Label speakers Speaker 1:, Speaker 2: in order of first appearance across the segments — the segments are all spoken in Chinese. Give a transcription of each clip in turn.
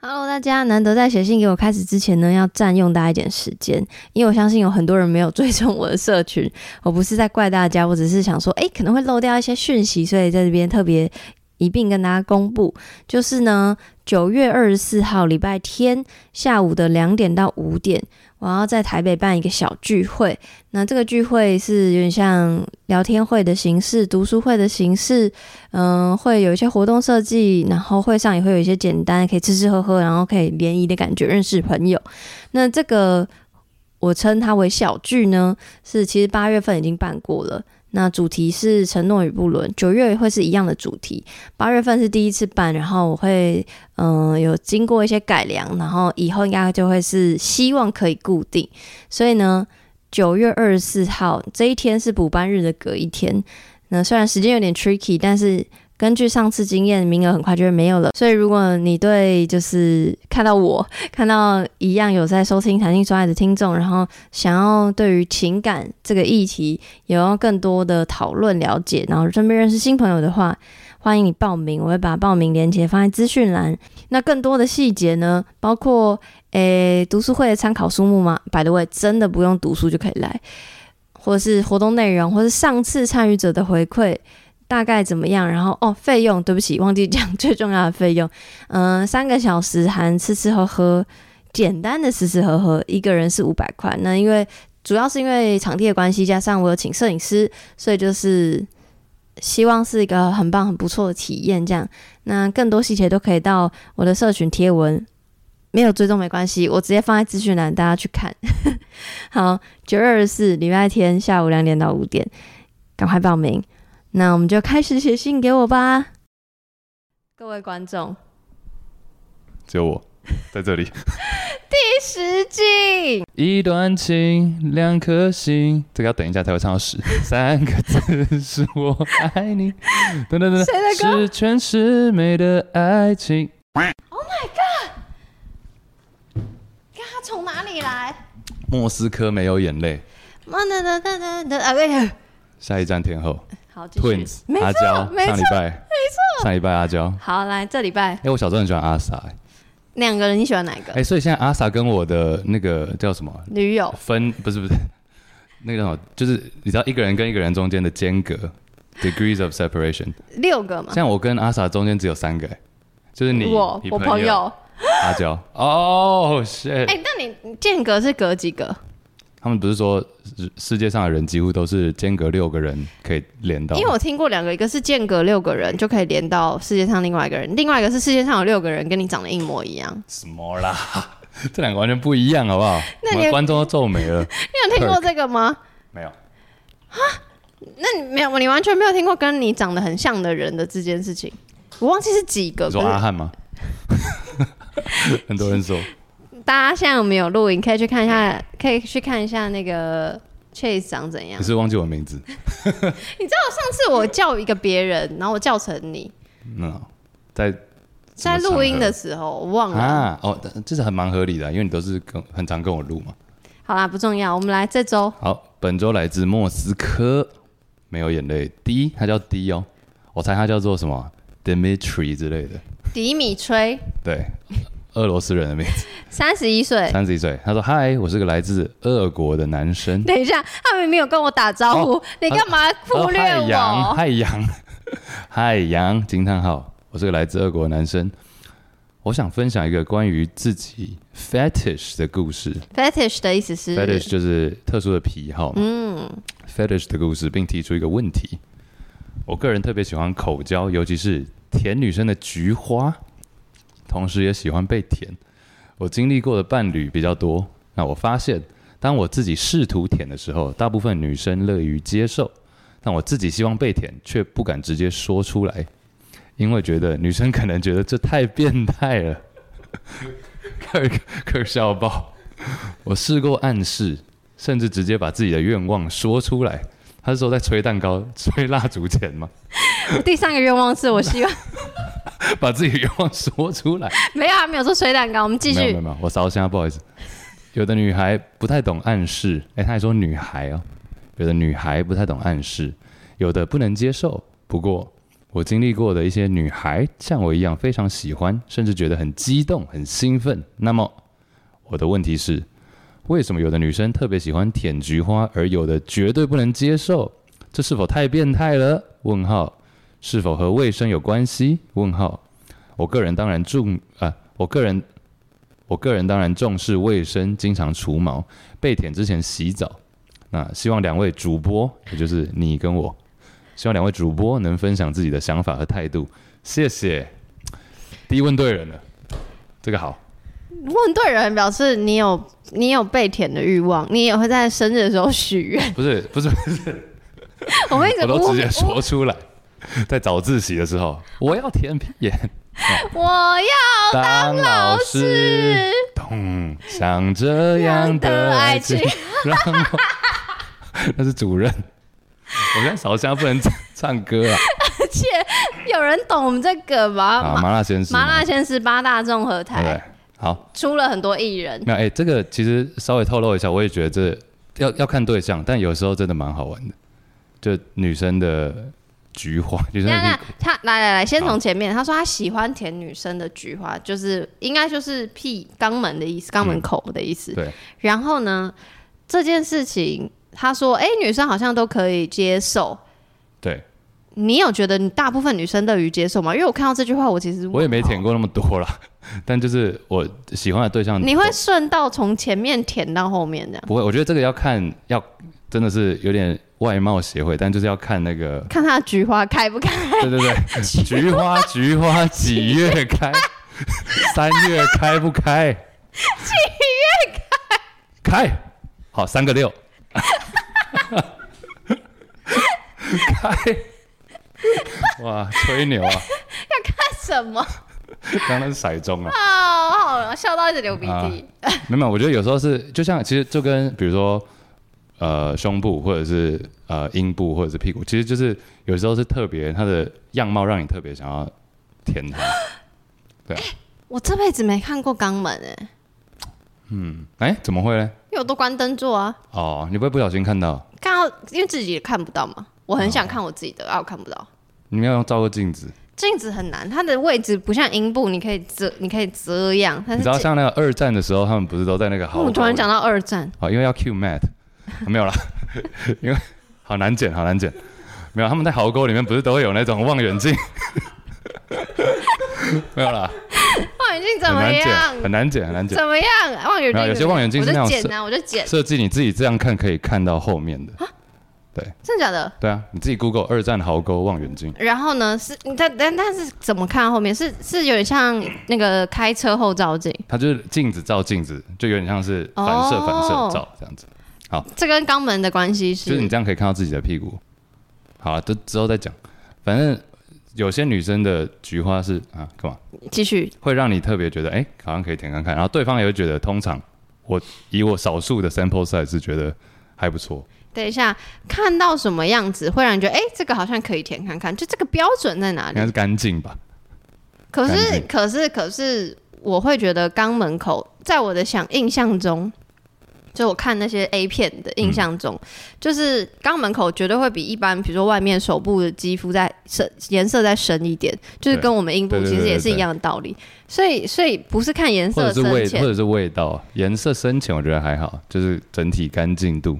Speaker 1: Hello，大家难得在写信给我开始之前呢，要占用大家一点时间，因为我相信有很多人没有追踪我的社群。 我不是在怪大家，我只是想说，诶，可能会漏掉一些讯息，所以在这边特别一并跟大家公布。就是呢，九月二十四号礼拜天下午的两点到五点，我要在台北办一个小聚会。那这个聚会是有点像聊天会的形式、读书会的形式，嗯，会有一些活动设计，然后会上也会有一些简单可以吃吃喝喝，然后可以联谊的感觉，认识朋友。那这个我称它为小聚呢，是其实八月份已经办过了。那主题是承诺与不伦，九月会是一样的主题，八月份是第一次办，然后我会嗯、呃有经过一些改良，然后以后应该就会是希望可以固定。所以呢，九月二十四号这一天是补班日的隔一天，那虽然时间有点 tricky，但是根据上次经验，名额很快就会没有了。所以如果你对就是看到我 看到一样有在收听《弹性说爱》的听众，然后想要对于情感这个议题有要更多的讨论了解，然后顺便认识新朋友的话，欢迎你报名，我会把报名链接放在资讯栏。那更多的细节呢，包括诶读书会的参考书目吗？By the way，真的不用读书就可以来。或是活动内容，或是上次参与者的回馈大概怎么样？然后哦，费用，对不起，忘记讲最重要的费用。嗯、三个小时含吃吃喝喝，简单的吃吃喝喝，一个人是五百块。那因为主要是因为场地的关系，加上我有请摄影师，所以就是希望是一个很棒、很不错的体验。这样，那更多细节都可以到我的社群贴文。没有追踪没关系，我直接放在资讯栏，大家去看。 好，九月二十四礼拜天下午两点到五点，赶快报名。那我们就开始写信给我吧，各位观众。
Speaker 2: 只有我在这里。
Speaker 1: 第十季，
Speaker 2: 一段情，两颗心，这个要等一下才会唱到 十三个字，是我爱你。等等等等，
Speaker 1: 谁的歌
Speaker 2: 十全十美的爱情。
Speaker 1: 看他从哪里来？
Speaker 2: 莫斯科没有眼泪，
Speaker 1: 慢的的的的的啊！喂，
Speaker 2: 下一站天后
Speaker 1: 好，继续。
Speaker 2: Twins
Speaker 1: 没
Speaker 2: 阿
Speaker 1: 错，
Speaker 2: 娇，
Speaker 1: 没
Speaker 2: 上
Speaker 1: 错
Speaker 2: 礼。拜没错，上礼拜阿娇。
Speaker 1: 好，来这礼拜
Speaker 2: 哎、我小时候很喜欢阿 sa，哎、
Speaker 1: 两个人，你喜欢哪一个？
Speaker 2: 哎所以现在阿 sa 跟我的那个叫什么
Speaker 1: 女友
Speaker 2: 分不是不 是，那个叫什么，就是你知道一个人跟一个人中间的间隔 （degrees of separation）。
Speaker 1: 六个嘛？
Speaker 2: 像我跟阿 sa 中间只有三个、欸，就是你、
Speaker 1: 我
Speaker 2: 你
Speaker 1: 我朋友。
Speaker 2: 阿娇。 哦、shit！、
Speaker 1: 哎，那你间隔是隔几个？
Speaker 2: 他们不是说世世界上的人几乎都是间隔六个人可以连到？
Speaker 1: 因为我听过两个，一个是间隔六个人就可以连到世界上另外一个人，另外一个是世界上有六个人跟你长得一模一样。
Speaker 2: 什么啦？ 这两个完全不一样，好不好？
Speaker 1: 那你
Speaker 2: 我们观众都皱眉了。
Speaker 1: 你有听过这个吗？
Speaker 2: 没有，
Speaker 1: 那你没有，你完全没有听过跟你长得很像的人的这件事情。我忘记是几个，
Speaker 2: 你
Speaker 1: 可
Speaker 2: 说啊阿
Speaker 1: 是
Speaker 2: 汉吗？很多人说
Speaker 1: 嗯大家现在有没有录影？可以去看一下，可以去看一下那个 Chase 长怎样
Speaker 2: 你。是忘记我的名字。
Speaker 1: 上次我叫一个别人，然后我叫成你，
Speaker 2: 嗯，在什
Speaker 1: 在
Speaker 2: 么
Speaker 1: 录音的
Speaker 2: 场
Speaker 1: 时候我忘
Speaker 2: 合
Speaker 1: 了。
Speaker 2: 啊，哦，但这是很蛮合理的啊，因为你都是跟很常跟我录嘛。
Speaker 1: 好啦，不重要，我们来这周
Speaker 2: 好，本周来自莫斯科，没有眼泪。D，它叫 D 哦，我猜它叫做什么 Dmitry 之类的，
Speaker 1: 迪米吹，
Speaker 2: 对，俄罗斯人的名字，
Speaker 1: 三十一 岁。
Speaker 2: 三十一岁。他说：“嗨，我是个来自俄国的男生。
Speaker 1: 等一下，他明明有跟我打招呼，你干嘛 忽略
Speaker 2: 哦哦嗨羊，
Speaker 1: 我？
Speaker 2: 嗨羊，嗨羊，惊叹号！我是个来自俄国的男生。我想分享一个关于自己 fetish 的故事。
Speaker 1: fetish 的意思是
Speaker 2: fetish 就是特殊的癖好嘛。fetish 的故事，并提出一个问题。我个人特别喜欢口交，尤其是舔女生的菊花，同时也喜欢被舔。我经历过的伴侣比较多，那我发现，当我自己试图舔的时候，大部分女生乐于接受，但我自己希望被舔，却不敢直接说出来，因为觉得女生可能觉得这太变态了。 可可笑爆！我试过暗示，甚至直接把自己的愿望说出来。他是说在吹蛋糕、吹蜡烛前吗？
Speaker 1: 第三个愿望是我希 望
Speaker 2: 把自己的愿望说出来。
Speaker 1: 没有啊，没有说吹蛋糕，我们继
Speaker 2: 没有没
Speaker 1: 续
Speaker 2: 有没有，我烧香，不好意思。有的女孩不太懂暗示，哎、他还说女孩哦，有的女孩不太懂暗示，有的不能接受。不过我经历过的一些女孩，像我一样非常喜欢，甚至觉得很激动、很兴奋。那么我的问题是，为什么有的女生特别喜欢舔菊花，而有的绝对不能接受？这是否太变态了？问号，是否和卫生有关系？问号，我个人当然重啊、我个人我个人当然重视卫生，经常除毛，被舔之前洗澡。那希望两位主播，也就是你跟我，希望两位主播能分享自己的想法和态度。谢谢。第一问对人了，这个好。
Speaker 1: 问对人表示你有你有被舔的欲望，你也会在生日的时候许愿。
Speaker 2: 不是不是，
Speaker 1: 我们一直
Speaker 2: 我都
Speaker 1: 污
Speaker 2: 直接
Speaker 1: 蔑
Speaker 2: 说出来。在早自习的时候，我要舔屁眼，
Speaker 1: 我 我要
Speaker 2: 哦当老师
Speaker 1: 是。
Speaker 2: 咚，像嗯这样的爱情， 让我那是主任。我跟小香不能唱唱歌啊！
Speaker 1: 而且有人懂我们这个
Speaker 2: 啊，
Speaker 1: 吗？麻
Speaker 2: 麻辣鲜师嘛，
Speaker 1: 麻辣鲜师八大综合
Speaker 2: 对不
Speaker 1: 台
Speaker 2: 对？好，
Speaker 1: 出了很多艺人，
Speaker 2: 那哎、这个其实稍微透露一下，我也觉得这要要看对象，但有时候真的蛮好玩的。就女生的菊花， 女生
Speaker 1: 那
Speaker 2: 的
Speaker 1: 那他来来来，先
Speaker 2: 好
Speaker 1: 从前面，他说他喜欢舔女生的菊花，就是应该就是屁肛门的意思，肛门口的意思。
Speaker 2: 嗯对。
Speaker 1: 然后呢，这件事情他说，哎、女生好像都可以接受。
Speaker 2: 对
Speaker 1: 你有觉得你大部分女生乐于接受吗？因为我看到这句话，我其实
Speaker 2: 我也没舔。过那么多啦， 但就是我喜欢的对象，
Speaker 1: 你会顺道从前面舔到后面这样，，
Speaker 2: 不会？我觉得这个要看，要真的是有点外貌协会，但就是要看那个
Speaker 1: 看他的菊花开不开？
Speaker 2: 对对对， 菊花菊花几月开，三月开不开，几月开，开，好，三个六，开，哇，吹牛啊，
Speaker 1: 什么？
Speaker 2: 刚刚是骰盅啊。
Speaker 1: 啊，好笑到一直流鼻
Speaker 2: 啊
Speaker 1: 涕。
Speaker 2: 没有没有，我觉得有时候是就像其实就跟比如说呃胸部或者是呃阴部或者是屁股，其实就是有时候是特别它的样貌让你特别想要舔它。
Speaker 1: 我这辈子没看过肛门哎、
Speaker 2: 哎、怎么会呢？
Speaker 1: 因为我都关灯做啊，
Speaker 2: 哦，你不会不小心看到？
Speaker 1: 看到因为自己也看不到嘛，我很想看我自己的，啊，我看不到。
Speaker 2: 你没有照过镜子？
Speaker 1: 镜子很难，它的位置不像阴部，你可以遮，你可以遮样。但
Speaker 2: 你
Speaker 1: 是
Speaker 2: 知道
Speaker 1: 镜
Speaker 2: 像那个二战的时候，他们不是都在那个好？
Speaker 1: 我突然讲到二战，
Speaker 2: 好，哦因为要 Q Matt，啊 没有啦，因为好难剪，好难剪。没有，他们在壕沟里面不是都会有那种望远镜？ 没有啦，
Speaker 1: 望远镜怎
Speaker 2: 很
Speaker 1: 么
Speaker 2: 难
Speaker 1: 样
Speaker 2: 剪，？很难剪，很难剪。
Speaker 1: 怎么样？啊望远
Speaker 2: 没
Speaker 1: 镜
Speaker 2: 有有些望远镜
Speaker 1: 我
Speaker 2: 是那
Speaker 1: 就
Speaker 2: 种
Speaker 1: 剪啊，我就剪，
Speaker 2: 设计你自己这样看可以看到后面的，
Speaker 1: 真的假的？
Speaker 2: 对啊，你自己 Google 二战壕沟望远镜，
Speaker 1: 然后呢？是，但但但是怎么看后面？是是有点像那个开车后照镜，
Speaker 2: 它就是镜子照镜子，就有点像是反射
Speaker 1: 哦
Speaker 2: 反射照这样子，
Speaker 1: 这跟肛门的关系
Speaker 2: 就是你
Speaker 1: 是
Speaker 2: 这样可以看到自己的屁股。好啊，这之后再讲，反正有些女生的菊花是啊，干嘛
Speaker 1: 继续
Speaker 2: 会让你特别觉得哎、好像可以舔看看，然后对方也会觉得，通常我以我少数的 sample size 是觉得还不错，
Speaker 1: 等一下，看到什么样子会让你觉得，哎、这个好像可以舔看看，就这个标准在哪
Speaker 2: 应
Speaker 1: 里
Speaker 2: 该？是干净吧。
Speaker 1: 可
Speaker 2: 干
Speaker 1: 是，
Speaker 2: 净
Speaker 1: 可是，可是，我会觉得肛门口，在我的想印象中，就我看那些 A 片的印象中，
Speaker 2: 嗯
Speaker 1: 就是肛门口绝对会比一般，比如说外面手部的肌肤在深颜色再深一点，就是
Speaker 2: 对
Speaker 1: 跟我们阴部
Speaker 2: 对对
Speaker 1: 其实
Speaker 2: 对
Speaker 1: 也
Speaker 2: 对
Speaker 1: 是一
Speaker 2: 对
Speaker 1: 样的道理。所以，所以不是看颜
Speaker 2: 或
Speaker 1: 色
Speaker 2: 者是味，
Speaker 1: 深
Speaker 2: 或
Speaker 1: 浅，
Speaker 2: 者是味道，颜色深浅我觉得还好，就是整体干净度。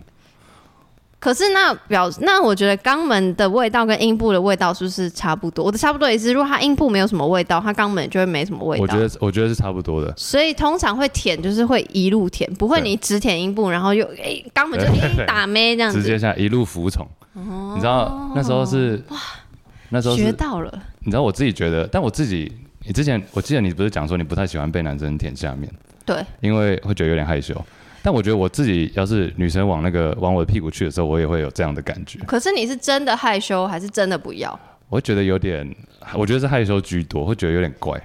Speaker 1: 可是那表那我觉得肛门的味道跟阴部的味道是不是差不多？我的差不多意思，如果它阴部没有什么味道，它肛门就会没什么味道。
Speaker 2: 我觉得我觉得是差不多的。
Speaker 1: 所以通常会舔，就是会一路舔，不会
Speaker 2: 对
Speaker 1: 你只舔阴部，然后又哎肛门就哎打咩这样
Speaker 2: 直
Speaker 1: 子。哦
Speaker 2: 接下来一路服从。你知道那时候是那时候
Speaker 1: 学
Speaker 2: 是
Speaker 1: 到了，
Speaker 2: 你知道我自己觉得，但我自己你之前我记得你不是讲说你不太喜欢被男生舔下面，
Speaker 1: 对，
Speaker 2: 因为会觉得有点害羞。但我觉得我自己要是女生往那个往我的屁股去的时候，我也会有这样的感觉，
Speaker 1: 可是你是真的害羞还是真的不要？
Speaker 2: 我会觉得有点，我觉得是害羞居多，会觉得有点怪，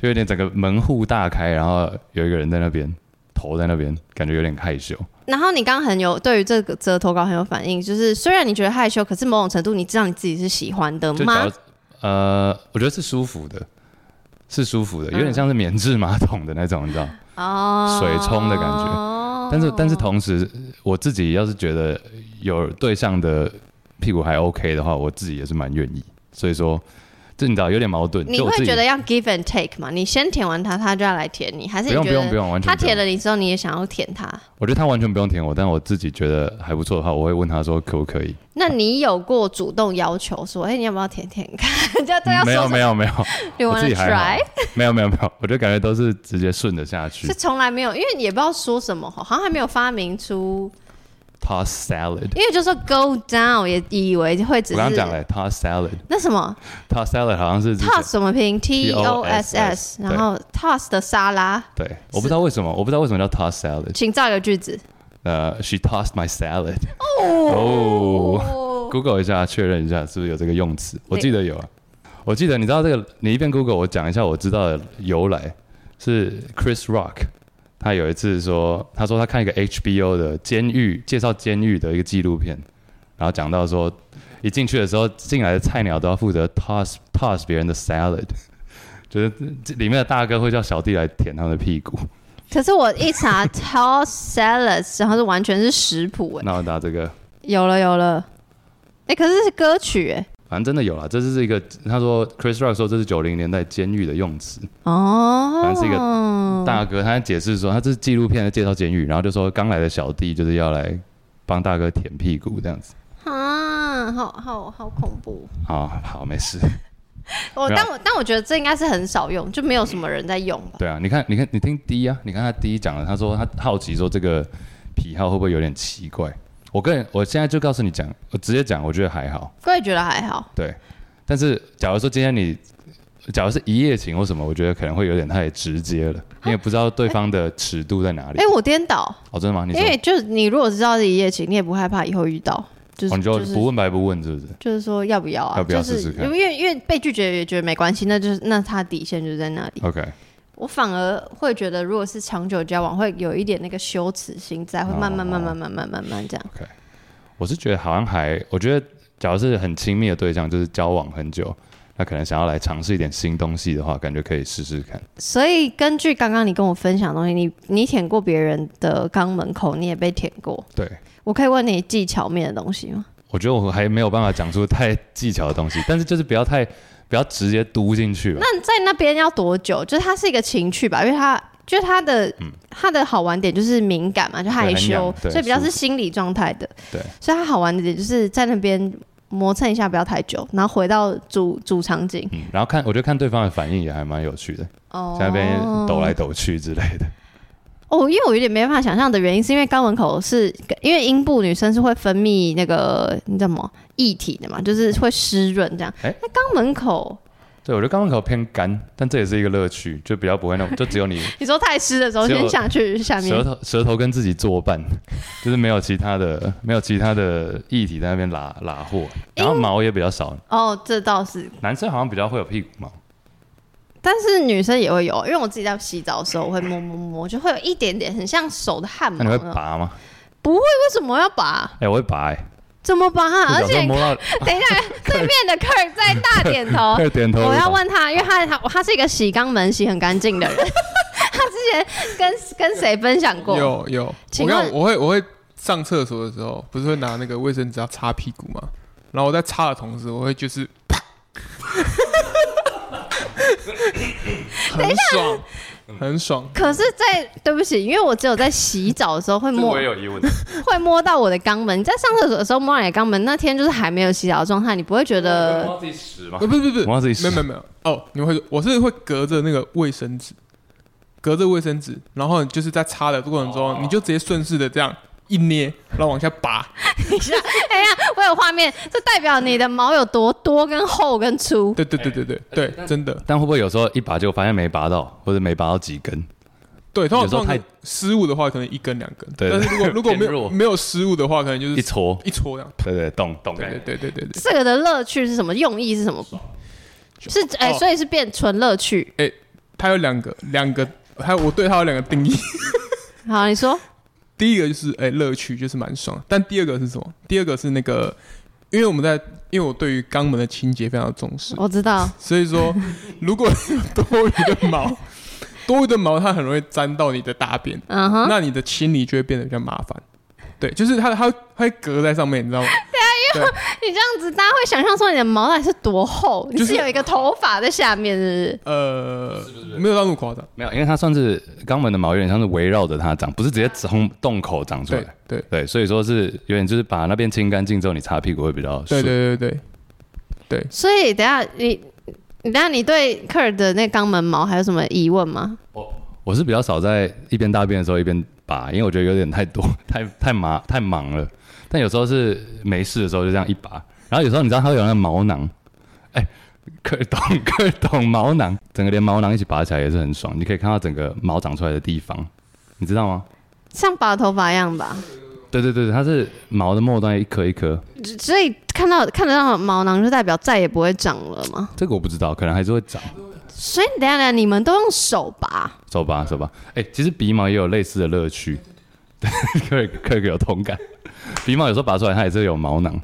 Speaker 2: 就有点整个门户大开，然后有一个人在那边，头在那边，感觉有点害羞。
Speaker 1: 然后你刚刚很有对于这个折头膏很有反应，就是虽然你觉得害羞，可是某种程度你知道你自己是喜欢的
Speaker 2: 就只
Speaker 1: 吗
Speaker 2: 要？呃，我觉得是舒服的，是舒服的，有点
Speaker 1: 嗯
Speaker 2: 像是免治马桶的那种，你知道，
Speaker 1: 哦，
Speaker 2: 水冲的感觉。
Speaker 1: 哦
Speaker 2: 但是但是同时，我自己要是觉得有对象的屁股还 OK 的话，我自己也是蛮愿意。所以说这你知道有点矛盾。
Speaker 1: 你
Speaker 2: 就我自
Speaker 1: 会
Speaker 2: 己
Speaker 1: 觉得要 give and take 吗？你先舔完它，它就要来舔你，还是
Speaker 2: 不
Speaker 1: 你
Speaker 2: 用
Speaker 1: 觉
Speaker 2: 不用不
Speaker 1: 得
Speaker 2: 用，完全
Speaker 1: 它
Speaker 2: 不用
Speaker 1: 舔了你之后，你也想要舔它？
Speaker 2: 我觉得他完全不用舔我，但我自己觉得还不错的话，我会问他说可不可以？
Speaker 1: 那你有过主动要求说，哎、你要不要舔舔看？ 这样都要
Speaker 2: 没有
Speaker 1: 啊说
Speaker 2: 没有没有，
Speaker 1: ，you
Speaker 2: 我自
Speaker 1: wanna
Speaker 2: 己还好
Speaker 1: try？
Speaker 2: 没有没有没有，我就感觉都是直接顺着下去
Speaker 1: 是。从来没有，因为也不知道说什么，好像还没有发明出，
Speaker 2: Toss salad，
Speaker 1: 因为就说 go down 也以为会只
Speaker 2: 我
Speaker 1: 是
Speaker 2: 刚刚讲了 toss salad，toss
Speaker 1: 那什么
Speaker 2: salad 好像是之前
Speaker 1: toss 什么拼 T O S
Speaker 2: TOSS
Speaker 1: S，然后 toss 的沙拉，
Speaker 2: 对，我不知道为什么，我不知道为什么叫 toss salad。
Speaker 1: 请造一个句子。
Speaker 2: 呃，she tossed my salad。
Speaker 1: 哦，
Speaker 2: Google 一下，确认一下是不是有这个用词？我记得有啊，我记得你知道这个，你一边 Google，我讲一下我知道的由来是 Chris Rock，他有一次说，他说他看一个 HBO 的监狱介绍监狱的一个纪录片，然后讲到说，一进去的时候，进来的菜鸟都要负责 toss toss 别人的 salad，就是这里面的大哥会叫小弟来舔他们的屁股。
Speaker 1: 可是我一查 toss salads，然后是完全是食谱哎，
Speaker 2: 那我拿这个，
Speaker 1: 有了有了，哎，可是是歌曲哎，
Speaker 2: 反正真的有啦，这是一个他说 Chris Rock 说这是九零年代监狱的用词。
Speaker 1: 哦，
Speaker 2: 反正是一大哥他在解释说，他这是纪录片在介绍监狱，然后就说刚来的小弟就是要来帮大哥舔屁股这样子。
Speaker 1: 啊，好好好恐怖！
Speaker 2: 啊，好，没事。
Speaker 1: 我哦
Speaker 2: 没有
Speaker 1: 但我但我觉得这应该是很少用，就没有什么人在用 吧。
Speaker 2: 对啊，你看，你看，你听第一啊，你看他第一讲了，他说他好奇说这个癖好会不会有点奇怪。我个人，我现在就告诉你讲，我直接讲，我觉得还好。
Speaker 1: 我也觉得还好，
Speaker 2: 对，但是假如说今天你，假如是一夜情或什么，我觉得可能会有点太直接了，你也不知道对方的尺度在哪里
Speaker 1: 哎、。我颠倒，
Speaker 2: 哦，真的吗？你
Speaker 1: 因
Speaker 2: 说，
Speaker 1: 为就是你如果知道是一夜情，你也不害怕以后遇到，就是、
Speaker 2: 哦，你就是不问白不问，是不是？
Speaker 1: 就是说要不要啊？
Speaker 2: 要不要
Speaker 1: 就是
Speaker 2: 试试看
Speaker 1: 因为因为被拒绝也觉得没关系，那就是那他底线就在那里。
Speaker 2: OK，
Speaker 1: 我反而会觉得，如果是长久交往，会有一点那个羞耻心在，会慢慢
Speaker 2: 哦
Speaker 1: 慢慢慢慢慢慢这样。
Speaker 2: 我是觉得好像还，我觉得假如是很亲密的对象，就是交往很久，那可能想要来尝试一点新东西的话，感觉可以试试看。
Speaker 1: 所以根据刚刚你跟我分享的东西，你你舔过别人的肛门口，你也被舔过。
Speaker 2: 对，
Speaker 1: 我可以问你技巧面的东西吗？
Speaker 2: 我觉得我还没有办法讲出太技巧的东西，但是就是不要太不要直接嘟进去吧。
Speaker 1: 那在那边要多久？就是它是一个情趣吧，因为它就是它的、它的好玩点就是敏感嘛，就害
Speaker 2: 很
Speaker 1: 羞
Speaker 2: 痒，嗯对
Speaker 1: 所以比较
Speaker 2: 舒服
Speaker 1: 是心理状态的。
Speaker 2: 对，
Speaker 1: 所以它好玩的点就是在那边磨蹭一下，不要太久，然后回到主主场景。
Speaker 2: 嗯，然后看，我觉得看对方的反应也还蛮有趣的，
Speaker 1: 哦
Speaker 2: 在那边抖来抖去之类的。
Speaker 1: 哦，因为我有点没办法想象的原因，是因为肛门口是呃因为阴部女生是会分泌那个你怎么液体的嘛，就是会湿润这样。那、
Speaker 2: 哎
Speaker 1: 肛门口，
Speaker 2: 对，我觉得肛门口偏干，但这也是一个乐趣，就比较不会那么，就 只有你
Speaker 1: 你说太湿的时候
Speaker 2: 只有
Speaker 1: 先下去下面
Speaker 2: 舌头舌头跟自己作伴，就是没有其他的没有其他的液体在那边拉拉货，然后毛也比较少，
Speaker 1: 哦，这倒是
Speaker 2: 男生好像比较会有屁股毛，
Speaker 1: 但是女生也会有，因为我自己在洗澡的时候，我会摸摸摸，就会有一点点很像手的汗毛
Speaker 2: 那你会
Speaker 1: 呢。
Speaker 2: 拔吗？
Speaker 1: 嗯为什么要拔？
Speaker 2: 哎、我会拔、欸，
Speaker 1: 怎么拔啊、
Speaker 2: 哎，
Speaker 1: 而
Speaker 2: 小时
Speaker 1: 且
Speaker 2: 候摸到
Speaker 1: 等一 下，对面的客人在大点头。
Speaker 2: 二 点头，
Speaker 1: 哦我要问他，因为他他他是一个洗肛门洗很干净的 人。他之前跟跟谁分享过？
Speaker 3: 有有，
Speaker 1: 请
Speaker 3: 我
Speaker 1: 问
Speaker 3: 看我会我会上厕所的时候，不是会拿那个卫生纸要擦屁股吗？然后我在擦的同时，我会就是 啪，很爽，很爽。
Speaker 1: 可是在，对不起，因为我只有在洗澡的时候会
Speaker 2: 这个
Speaker 1: 摸
Speaker 2: 我也有疑问，
Speaker 1: 会摸到我的肛门。你在上厕所的时候摸到你的肛门，那天就是还没有洗澡的状态，你不会觉得
Speaker 2: 自己屎吗
Speaker 3: 呃，？不是不是不是，
Speaker 2: 我要自己洗
Speaker 3: 没有没有没有哦，你会我是会隔着那个卫生纸，隔着卫生纸，然后你就是在擦的过程中，
Speaker 2: 哦
Speaker 3: 你就直接顺势的这样一捏，然后往下拔，
Speaker 1: 哎呀，我有画面，这代表你的毛有多多、跟厚、跟粗。
Speaker 3: 对对对对对对，真的
Speaker 2: 但会不会有时候一拔就发现没拔到，或者没拔到几根？
Speaker 3: 对。通
Speaker 2: 有
Speaker 3: 常
Speaker 2: 时候
Speaker 3: 通常
Speaker 2: 太
Speaker 3: 失误的话，可能一根两根，
Speaker 2: 对
Speaker 3: 但是 如果如果没
Speaker 2: 变弱
Speaker 3: 有没有失误的话，可能就是
Speaker 2: 一搓，
Speaker 3: 一戳这样。
Speaker 2: 对对，动动
Speaker 3: 对
Speaker 2: 感
Speaker 3: 对
Speaker 2: 觉。
Speaker 3: 对对对对。
Speaker 1: 这个的乐趣是什么？用意是什么？是哎、
Speaker 3: 哦
Speaker 1: 所以是变纯乐趣。
Speaker 3: 它有两个两个，还有我对它有两个定义。
Speaker 1: 好，你说
Speaker 3: 第一个就是哎乐、趣，就是蛮爽。但第二个是什么？第二个是那个，因为我们在，因为我对于肛门的清洁非常重 视，
Speaker 1: 我知道，
Speaker 3: 所以说如果有多余的毛， 多余的毛它很容易沾到你的大便，
Speaker 1: 嗯哼，
Speaker 3: 那你的清理就会变得比较麻烦。对，就是它它它会隔在上面，你知道吗？
Speaker 1: 你这样子，大家会想象说你的毛到底是多厚？
Speaker 3: 就是
Speaker 1: 你是有一个头发在下面，是
Speaker 3: 呃，没有到那么夸张，
Speaker 2: 没有，因为它算是肛门的毛，有点像是围绕着它长，不是直接从洞口长出
Speaker 3: 对
Speaker 2: 来。
Speaker 3: 对
Speaker 2: 对，所以说是有点就是把那边清干净之后，你擦屁股会比较顺。
Speaker 3: 对对对对，
Speaker 1: 不是？所以等一下你，你等一下你对克尔的那肛门毛还有什么疑问吗？
Speaker 2: 我是比较少在一边大便的时候一边拔，因为我觉得有点太多， 太太麻太忙了。但有时候是没事的时候就这样一拔，然后有时候你知道它会有那个毛囊，哎、各 种各种毛囊，整个连毛囊一起拔起来也是很爽。你可以看到整个毛长出来的地方，你知道吗？
Speaker 1: 像拔头发一样吧？
Speaker 2: 对对对，它是毛的末端一颗一颗，
Speaker 1: 所以看到看得到毛囊，就代表再也不会长了吗？
Speaker 2: 这个我不知道，可能还是会长。
Speaker 1: 所以等一下等一下，你们都用手拔？
Speaker 2: 走吧，走吧。哎、其实鼻毛也有类似的乐趣， 对，可以可以有同感。鼻毛有时候拔出来，它也是有毛囊，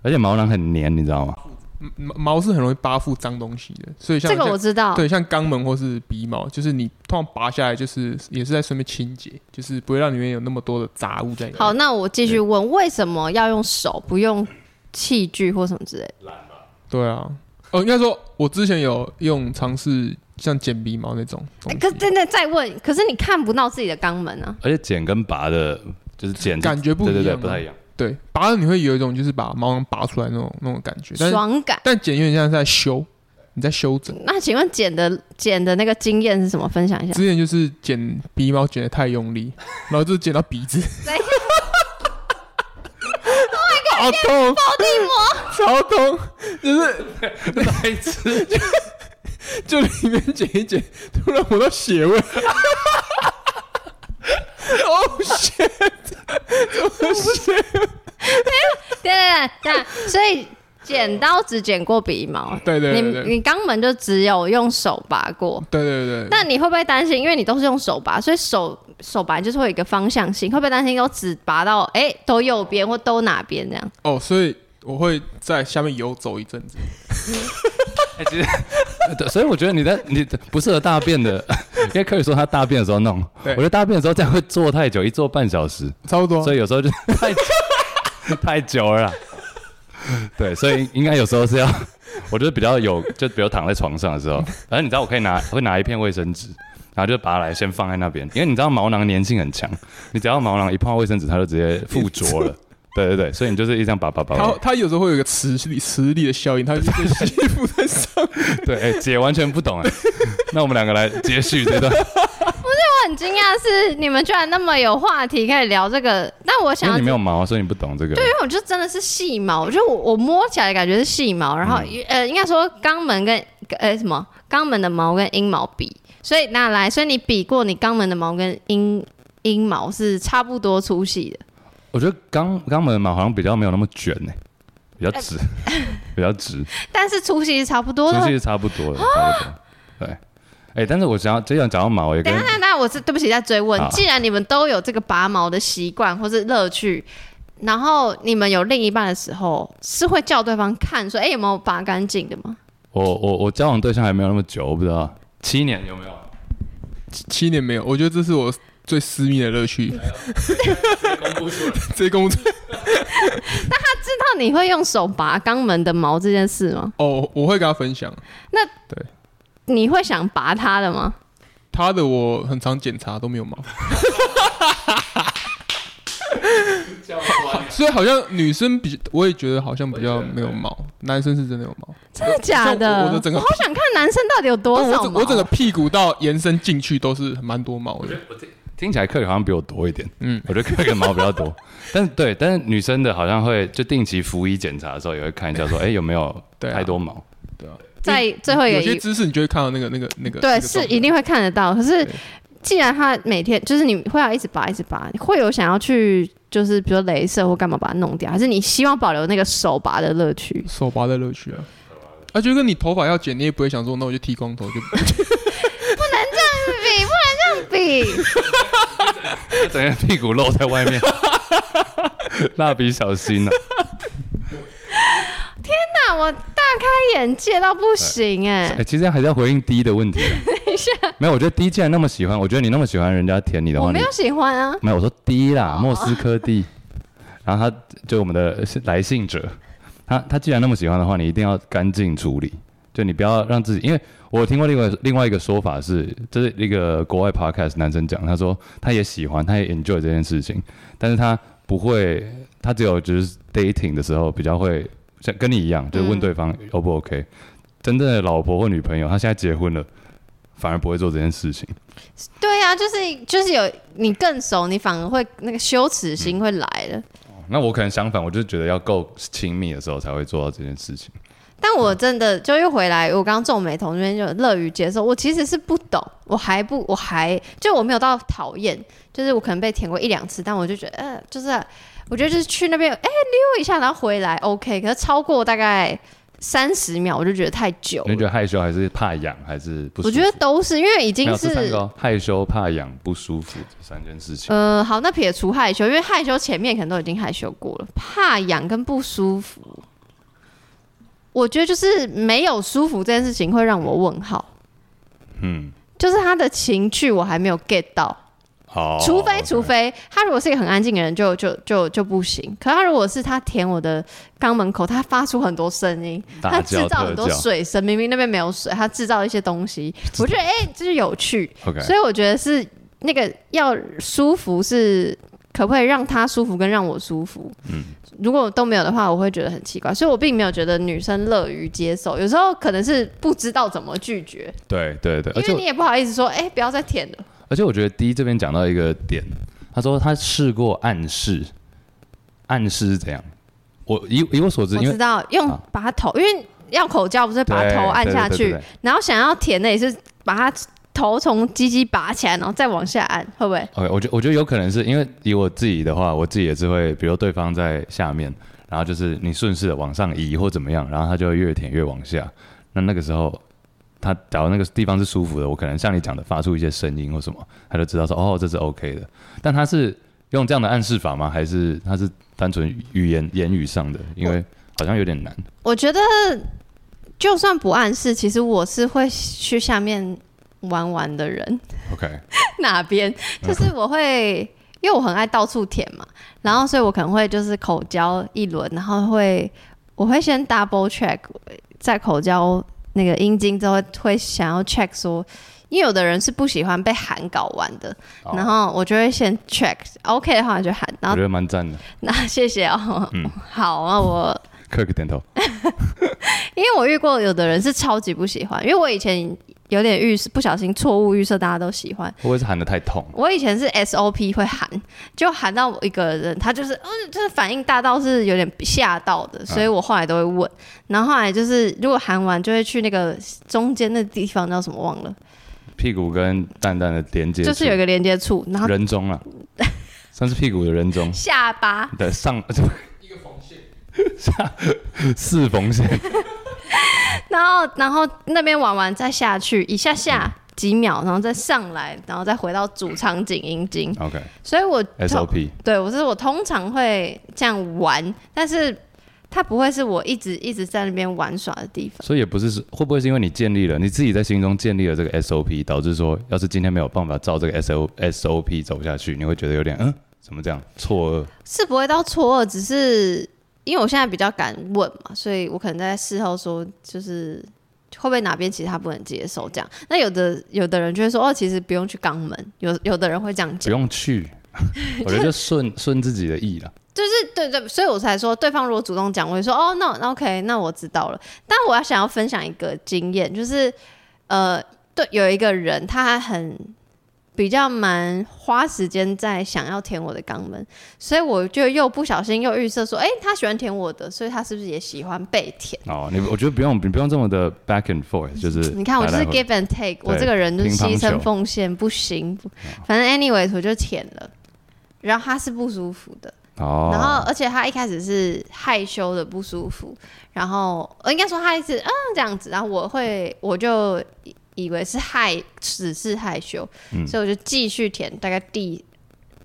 Speaker 2: 而且毛囊很黏，你知道吗？
Speaker 3: 嗯毛毛是很容易扒附脏东西的，所以像
Speaker 1: 这个
Speaker 3: 像
Speaker 1: 我知道。
Speaker 3: 对，像肛门或是鼻毛，就是你通常拔下来，就是也是在顺便清洁，就是不会让里面有那么多的杂物在里面。
Speaker 1: 好，，那我继续问，为什么要用手，不用器具或什么之类的？
Speaker 3: 对啊，哦，应该说，我之前有用尝试像剪鼻毛那种东
Speaker 1: 哎
Speaker 3: 西，
Speaker 1: 可真的再问，可是你看不到自己的肛门啊。
Speaker 2: 而且剪跟拔的，就是剪
Speaker 3: 感觉不
Speaker 2: 对对
Speaker 3: 一
Speaker 2: 对，
Speaker 3: 样啊，
Speaker 2: 不太一样。
Speaker 3: 对，拔了你会有一种就是把毛囊拔出来那种那种感觉，但是
Speaker 1: 爽感。
Speaker 3: 但剪有点像在修，你在修整。
Speaker 1: 那请问剪的剪的那个经验是什么？分享 一下。
Speaker 3: 之前就是剪鼻毛剪的太用力，然后就剪到鼻子，好痛，超痛，就是
Speaker 2: 白痴，
Speaker 3: 就里面剪一剪，突然闻到血味。哦，血，怎么血？
Speaker 1: 对对对对，所以剪刀只剪过鼻毛，
Speaker 3: 对对
Speaker 1: 你
Speaker 3: 对对对
Speaker 1: 你肛门就只有用手拔过。
Speaker 3: 对对对，
Speaker 1: 那你会不会担心？因为你都是用手拔，所以手手拔就是会有一个方向性，会不会担心都只拔到哎、都右边或都哪边这样？
Speaker 3: 哦，所以我会在下面游走一阵子。
Speaker 2: 哎其实，对所以我觉得你在你不适合大便的， 因为可以说他大便的时候弄，我
Speaker 3: 对
Speaker 2: 觉得大便的时候这样会坐太久，一坐半小时，
Speaker 3: 差不多
Speaker 2: 所以有时候就 太久太 久了啦。对，所以应该有时候是要， 我觉得比较有，就比如躺在床上的时候，反正你知道我可以拿会拿一片卫生纸，然后就拔来先放在那边，因为你知道毛囊粘性很强，你只要毛囊一碰到卫生纸，它就直接附着了。对对对，所以你就是一直这样拔拔拔
Speaker 3: 它
Speaker 2: 拔。
Speaker 3: 它有时候会有一个磁力磁力的效应，它就被吸附在上面。
Speaker 2: 对，哎、姐完全不懂哎、那我们两个来接续这段，
Speaker 1: 我很惊讶是你们居然那么有话题可以聊这个，啊但我
Speaker 2: 因
Speaker 1: 想
Speaker 2: 为
Speaker 1: 要
Speaker 2: 你没有毛，啊所以你不懂这个。
Speaker 1: 因为我就真的是细毛，就我我摸起来感觉是细毛，然后、
Speaker 2: 嗯
Speaker 1: 呃，应该说肛门跟呃什么肛门的毛跟阴毛比，所以拿来，所以你比过你肛门的毛跟阴阴毛是差不多粗细的。
Speaker 2: 我觉得肛肛门的毛好像比较没有那么卷哎、比较 直，比较直。
Speaker 1: 但是粗细是差不多的哦
Speaker 2: 出。去差不多了，差不多。对，哎、但是我想要这样讲到毛，也
Speaker 1: 等
Speaker 2: 跟
Speaker 1: 一下， 那那我是对不起，在追问
Speaker 2: 好。
Speaker 1: 既然你们都有这个拔毛的习惯或是乐趣，然后你们有另一半的时候，是会叫对方看说，哎、有没有拔干净的吗？
Speaker 2: 我我我交往对象还没有那么久，我不知道七年有没有？
Speaker 3: 七年没有，我觉得这是我最私密的乐趣。 这工作
Speaker 1: 那你会用手拔肛门的毛这件事吗？
Speaker 3: 哦，我会跟他分享
Speaker 1: 你会想拔它的吗？
Speaker 3: 他的，我很常检查都没有 毛。所以好像女生比，我也觉得好像比较没有毛，男生是真的有毛。
Speaker 1: 真的假
Speaker 3: 像
Speaker 1: 的？
Speaker 3: 我我的整个
Speaker 1: 好想看男生到底有多
Speaker 3: 但我
Speaker 1: 少
Speaker 3: 整
Speaker 1: 毛。啊
Speaker 3: 我整个屁股到延伸进去都是蛮多毛的。
Speaker 2: 听起来克里好像比我多一点，
Speaker 3: 嗯，
Speaker 2: 我觉得克里的毛比较多。 但是对，但是女生的好像会就定期服医检查的时候也会看一下 说，哎、有没有
Speaker 3: 对啊
Speaker 2: 太多毛？
Speaker 1: 在最后一个
Speaker 3: 有些
Speaker 1: 一
Speaker 3: 姿势你就会看到那个那个那个。那
Speaker 1: 对
Speaker 3: 个
Speaker 1: 是
Speaker 3: 动作
Speaker 1: 一定会看得到。可是
Speaker 3: 对
Speaker 1: 既然他每天就是你会要一直拔一直拔，你会有想要去就是比如说镭射或干嘛把它弄掉，还是你希望保留那个手拔的乐 趣？
Speaker 3: 手拔的乐趣啊。啊，就跟你头发要剪，你也不会想说，那我就剃光头就。
Speaker 1: 比不能这样比，
Speaker 2: 整个屁股露在外 面，蜡笔小新啊呢、
Speaker 1: 那我大开眼界到不行哎、
Speaker 2: 哎、其实还是要回应 D 的问题。啊
Speaker 1: 等一下，
Speaker 2: 没有，我觉得 D 既然那么喜欢，我觉得你那么喜欢人家舔你的话，
Speaker 1: 我
Speaker 2: 你
Speaker 1: 没有喜欢啊。
Speaker 2: 没有，我说 D 啦，莫斯科 D。然后他就我们的来信者，他他既然那么喜欢的话，你一定要干净处理，就你不要让自己，因为我听过另外另外一个说法是，这是一个国外 podcast 男生讲，他说他也喜欢，他也 enjoy 这件事情，但是他不会，他只有就是 dating 的时候比较会像跟你一样，就是问对方 O 不 OK，、真正的老婆或女朋友，她现在结婚了，反而不会做这件事情。
Speaker 1: 对啊，就是就是有你更熟，你反而会那个羞耻
Speaker 2: 嗯
Speaker 1: 心会来了。
Speaker 2: 那我可能相反，我就觉得要够亲密的时候才会做到这件事情。
Speaker 1: 但我
Speaker 2: 嗯
Speaker 1: 真的就又回来，我刚刚皱眉头那边就乐于接受。我其实是不懂，我还不，我还就我没有到讨厌，就是我可能被舔过一两次，但我就觉得，呃，就是我觉得就是去那边，哎、溜一下，然后回来，OK。可是超过大概三十秒，我就觉得太久
Speaker 2: 你觉
Speaker 1: 了。
Speaker 2: 得害羞还是怕痒还是不舒服？
Speaker 1: 我觉得都是，因为已
Speaker 2: 没
Speaker 1: 经
Speaker 2: 有这三
Speaker 1: 是
Speaker 2: 个哦害羞、怕痒、不舒服这三件事情。
Speaker 1: 呃，好，那撇除害羞，因为害羞前面可能都已经害羞过了，怕痒跟不舒服，我觉得就是没有舒服这件事情会让我问号，
Speaker 2: 嗯，
Speaker 1: 就是他的情绪我还没有 get 到，
Speaker 2: 好。
Speaker 1: 呃除非
Speaker 2: OK
Speaker 1: 除非他如果是一个很安静的人就，就就就不行。可他如果是他舔我的肛门口，他发出很多声音，他
Speaker 2: 大
Speaker 1: 制
Speaker 2: 叫
Speaker 1: 造
Speaker 2: 特
Speaker 1: 很多
Speaker 2: 叫
Speaker 1: 水声，明明那边没有水，他制造一些东 西，我觉得哎、这是有趣。
Speaker 2: ，OK，
Speaker 1: 所以我觉得是那个要舒服是。可不可以让他舒服跟让我舒服？嗯，如果都没有的话，我会觉得很奇怪，所以我并没有觉得女生乐于接受。有时候可能是不知道怎么拒绝，
Speaker 2: 对对对，
Speaker 1: 因
Speaker 2: 而
Speaker 1: 为
Speaker 2: 且
Speaker 1: 你也不好意思说，哎、不要再舔了。
Speaker 2: 而且我觉得 D 这边讲到一个点，他说他试过暗示，暗示是怎样？我以以我所知，
Speaker 1: 我
Speaker 2: 因
Speaker 1: 知
Speaker 2: 为
Speaker 1: 道用
Speaker 2: 啊
Speaker 1: 把头，因为要口交不是把
Speaker 2: 对
Speaker 1: 头按
Speaker 2: 对
Speaker 1: 下
Speaker 2: 对
Speaker 1: 去，
Speaker 2: 对对
Speaker 1: 然后想要舔的也是把它头从鸡鸡拔起来，然后再往下按，会不会？
Speaker 2: OK，我觉我觉得有可能是因为以我自己的话，我自己也是会，比如对方在下面，然后就是你顺势的往上移或怎么样，然后他就会越舔越往下。那那个时候，他假如那个地方是舒服的，我可能像你讲的发出一些声音或什么，他就知道说哦，这是 OK 的。但他是用这样的暗示法吗？还是他是单纯语言言语上的？因为好像有点难。
Speaker 1: 我觉得就算不暗示，其实我是会去下面玩玩的人，
Speaker 2: OK，
Speaker 1: 哪边
Speaker 2: 嗯
Speaker 1: 就是我会。因为我很爱到处舔嘛，然后所以我可能会就是口交一轮，然后会我会先 double check 在口交那个阴茎之后会想要 check 说，因为有的人是不喜欢被喊搞完的，
Speaker 2: 哦
Speaker 1: 然后我就会先 check OK 的话我就喊，然后
Speaker 2: 我觉得蛮赞的。
Speaker 1: 那谢谢哦，
Speaker 2: 嗯
Speaker 1: 好啊我
Speaker 2: Kirk 点头。
Speaker 1: 因为我遇过有的人是超级不喜欢，因为我以前有点预不小心错误预设大家都喜欢。
Speaker 2: 我也是喊得太痛，
Speaker 1: 我以前是 SOP 会喊，就喊到我一个人，他就是嗯，就是反应大到是有点吓到
Speaker 2: 啊
Speaker 1: 的，所以我后来都会问。然后后来就是如果喊完就会去那个中间的地方叫什么忘了，
Speaker 2: 屁股跟蛋蛋的连接
Speaker 1: 就是有一
Speaker 2: 处
Speaker 1: 个连接处，然后
Speaker 2: 人中啊，算是屁股的人中
Speaker 1: 下巴
Speaker 2: 的上一个缝线，下四缝线，
Speaker 1: 然后然后那边玩完再下去一下下几秒，然后再上来，然后再回到主场景阴茎。
Speaker 2: OK
Speaker 1: 所以我
Speaker 2: SOP
Speaker 1: 对我是我通常会这样玩，但是它不会是我一直一直在那边玩耍的地方。
Speaker 2: 所以也不是是会不会是因为你建立了你自己在心中建立了这个 SOP，导致说要是今天没有办法照这个 SO SOP 走下去，你会觉得有点嗯怎么这样错愕？
Speaker 1: 是不会到错愕，只是因为我现在比较敢问嘛，所以我可能在事后说，就是会不会哪边其实他不能接受这样。那有的有的人就会说，哦，其实不用去肛门，有有的人会这样
Speaker 2: 不
Speaker 1: 讲，
Speaker 2: 用去，我觉得就顺顺自己的意了。
Speaker 1: 就是对对，所以我才说，对方如果主动讲，我会说，哦，那那 OK，那我知道了。但我要想要分享一个经验，就是呃，对，有一个人他很。比较蛮花时间在想要舔我的肛门，所以我就又不小心又预设说，哎、他喜欢舔我的，所以他是不是也喜欢被舔？
Speaker 2: 哦，你我觉得不用，你不用这么的 back and forth，就是
Speaker 1: 你看我就是
Speaker 2: 来来回
Speaker 1: give and take，我
Speaker 2: 对
Speaker 1: 这个人就是
Speaker 2: 乒
Speaker 1: 牺
Speaker 2: 乓
Speaker 1: 牲
Speaker 2: 球哦
Speaker 1: 奉献，不行，不反正 anyways 我就舔了，然后他是不舒服的，
Speaker 2: 哦，
Speaker 1: 然后而且他一开始是害羞的不舒服，然后呃应该说他一直嗯这样子，然后我会我就以以为是害只是害羞，
Speaker 2: 嗯
Speaker 1: 所以我就继续舔，大概第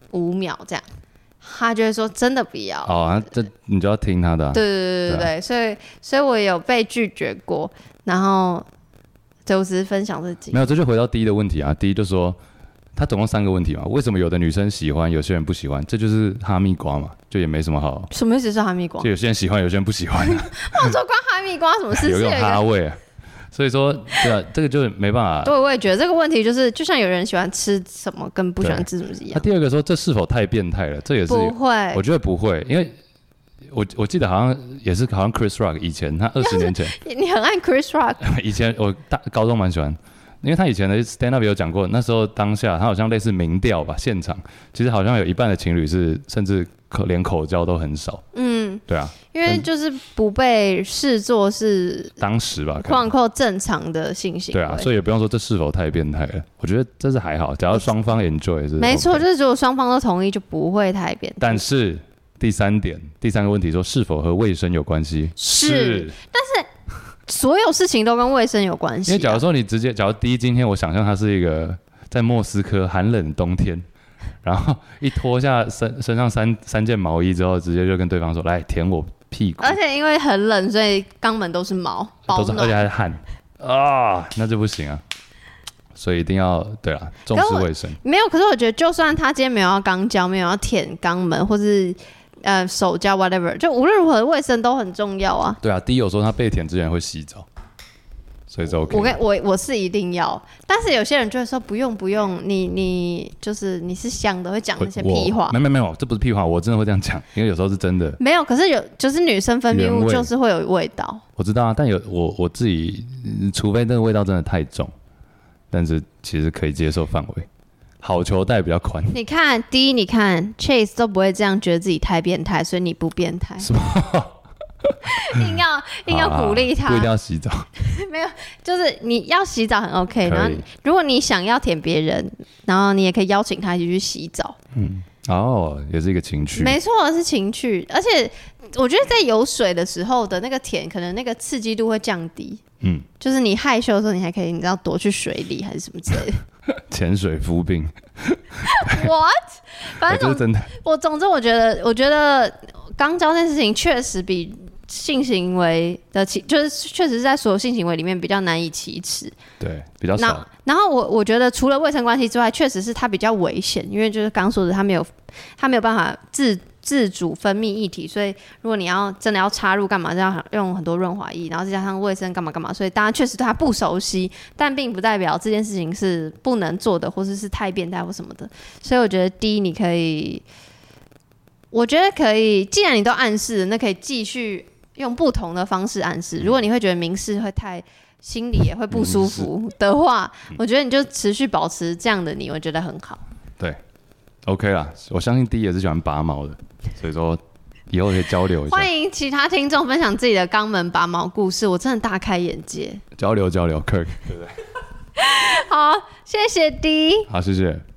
Speaker 1: 五秒这样，他就会说真的不要，
Speaker 2: 哦，那这你就要听他的啊、
Speaker 1: 对对对对对，所以所以我有被拒绝过，然后对我只是分享自己
Speaker 2: 没，有，这就回到第一的问题啊。第一就说，它总共三个问题嘛，为什么有的女生喜欢，有些人不喜欢？这就是哈密瓜嘛，就也没什么好。
Speaker 1: 什么意思是哈密瓜
Speaker 2: 就？嗯有些人喜欢，有些人不喜 欢、啊，
Speaker 1: 我说关哈密瓜什么事？
Speaker 2: 有
Speaker 1: 是
Speaker 2: 一
Speaker 1: 有
Speaker 2: 种
Speaker 1: 一
Speaker 2: 哈
Speaker 1: 个。
Speaker 2: 味、啊。所以说，对啊，这个就是没办法。
Speaker 1: 对，我啊也觉得这个问题就是，就像有人喜欢吃什么跟不喜欢吃什么是一
Speaker 2: 那
Speaker 1: 样，
Speaker 2: 第二个说这是否太变态了？这也是
Speaker 1: 不
Speaker 2: 有，
Speaker 1: 会
Speaker 2: 我。觉得不会，因为我我记得好像也是好像 Chris Rock 以前他二十年前
Speaker 1: 你你很爱 Chris Rock，
Speaker 2: 以前我大高中蛮喜欢，因为他以前的 stand up 有讲过，那时候当下他好像类似民调吧，现场其实好像有一半的情侣是甚至口连口交都很少，
Speaker 1: 嗯，
Speaker 2: 对啊，
Speaker 1: 因为
Speaker 2: 嗯
Speaker 1: 就是不被视作是
Speaker 2: 当时 吧，可
Speaker 1: 况
Speaker 2: 能
Speaker 1: 扣正常的性行为。
Speaker 2: 嗯对啊，所以也不用说这是否太变态了，我觉得这是还好，只要双方 enjoy 是
Speaker 1: 没错，
Speaker 2: OK
Speaker 1: 就是如果双方都同意，就不会太变态。
Speaker 2: 但是第三点，第三个问题说是否和卫生有关系？
Speaker 1: 是所有事情都跟卫生有关系啊、
Speaker 2: 因为假如说你直接，假如第一今天我想象它是一个在莫斯科寒冷的冬天， 然后一脱下身身上三三件毛衣之后，直接就跟对方说来舔我屁股，
Speaker 1: 而且因为很冷，所以肛门都是毛，保
Speaker 2: 都是而且
Speaker 1: 暖。
Speaker 2: 还是汗啊，那就不行啊。所以一定要对啊，重视
Speaker 1: 可我
Speaker 2: 卫生。
Speaker 1: 没有，可是我觉得，就算他今天没有要肛交，没有要舔肛门，或是呃手交 whatever，就无论如何卫生都很重要啊。
Speaker 2: 对啊，第一有时候他被舔之前会洗澡，所以就 OK。
Speaker 1: 我跟我我是一定要，但是有些人就会说不用不用，你你就是你是香的，会讲那些屁
Speaker 2: 我
Speaker 1: 话
Speaker 2: 没。有没有没有，这不是屁话，我真的会这样讲，因为有时候是真的。
Speaker 1: 没有，可是有就是女生分泌
Speaker 2: 原
Speaker 1: 物
Speaker 2: 味
Speaker 1: 就是会有味道，
Speaker 2: 我知道啊，但有我我自己，嗯除非那个味道真的太重，但是其实可以接受范围。好球带比较宽，
Speaker 1: 你看，第一，你看 Chase 都不会这样觉得自己太变态，所以你不变态。
Speaker 2: 是吗
Speaker 1: 硬 要硬要
Speaker 2: 好啦
Speaker 1: 鼓励他
Speaker 2: 不一，定要洗澡，
Speaker 1: 就是你要洗澡很 OK，然
Speaker 2: 可
Speaker 1: 后
Speaker 2: 以。
Speaker 1: 如果你想要舔别人，然后你也可以邀请他一起去洗澡，
Speaker 2: 哦，也是一个情趣。
Speaker 1: 没错，是情趣。而且我觉得在有水的时候的那个舔，可能那个刺激度会降低。
Speaker 2: 嗯，
Speaker 1: 就是你害羞的时候，你还可以，你知道躲去水里还是什么之类的。
Speaker 2: 潜水夫病，
Speaker 1: What？反
Speaker 2: 我这
Speaker 1: 正
Speaker 2: 是真的。
Speaker 1: 我总之我觉得，我觉得肛交这件事情确实比性行为的起，就是确实是在所有性行为里面比较难以启齿。
Speaker 2: 对，比较
Speaker 1: 那
Speaker 2: 少。
Speaker 1: 然后我我觉得除了卫生关系之外，确实是它比较危险，因为就是刚说的，它没有它没有办法自自主分泌液体，所以如果你要真的要插入干嘛，就要很用很多润滑液，然后再加上卫生干嘛干嘛，所以大家确实对它不熟悉，但并不代表这件事情是不能做的，或者是太变态或什么的。所以我觉得第一，你可以，我觉得可以，既然你都暗示了，那可以继续。用不同的方式暗示，如果你会觉得明示会太心里也会不舒服的话，我觉得你就持续保持这样的你，我觉得很好。
Speaker 2: OK 啦，我相信 D 也是喜欢拔毛的，所以说以后可以交流一下，
Speaker 1: 欢迎其他听众分享自己的肛门拔毛故事，我真的大开眼界。
Speaker 2: 交流交流。Kirk，
Speaker 1: 好，谢谢 D。
Speaker 2: 好，谢谢。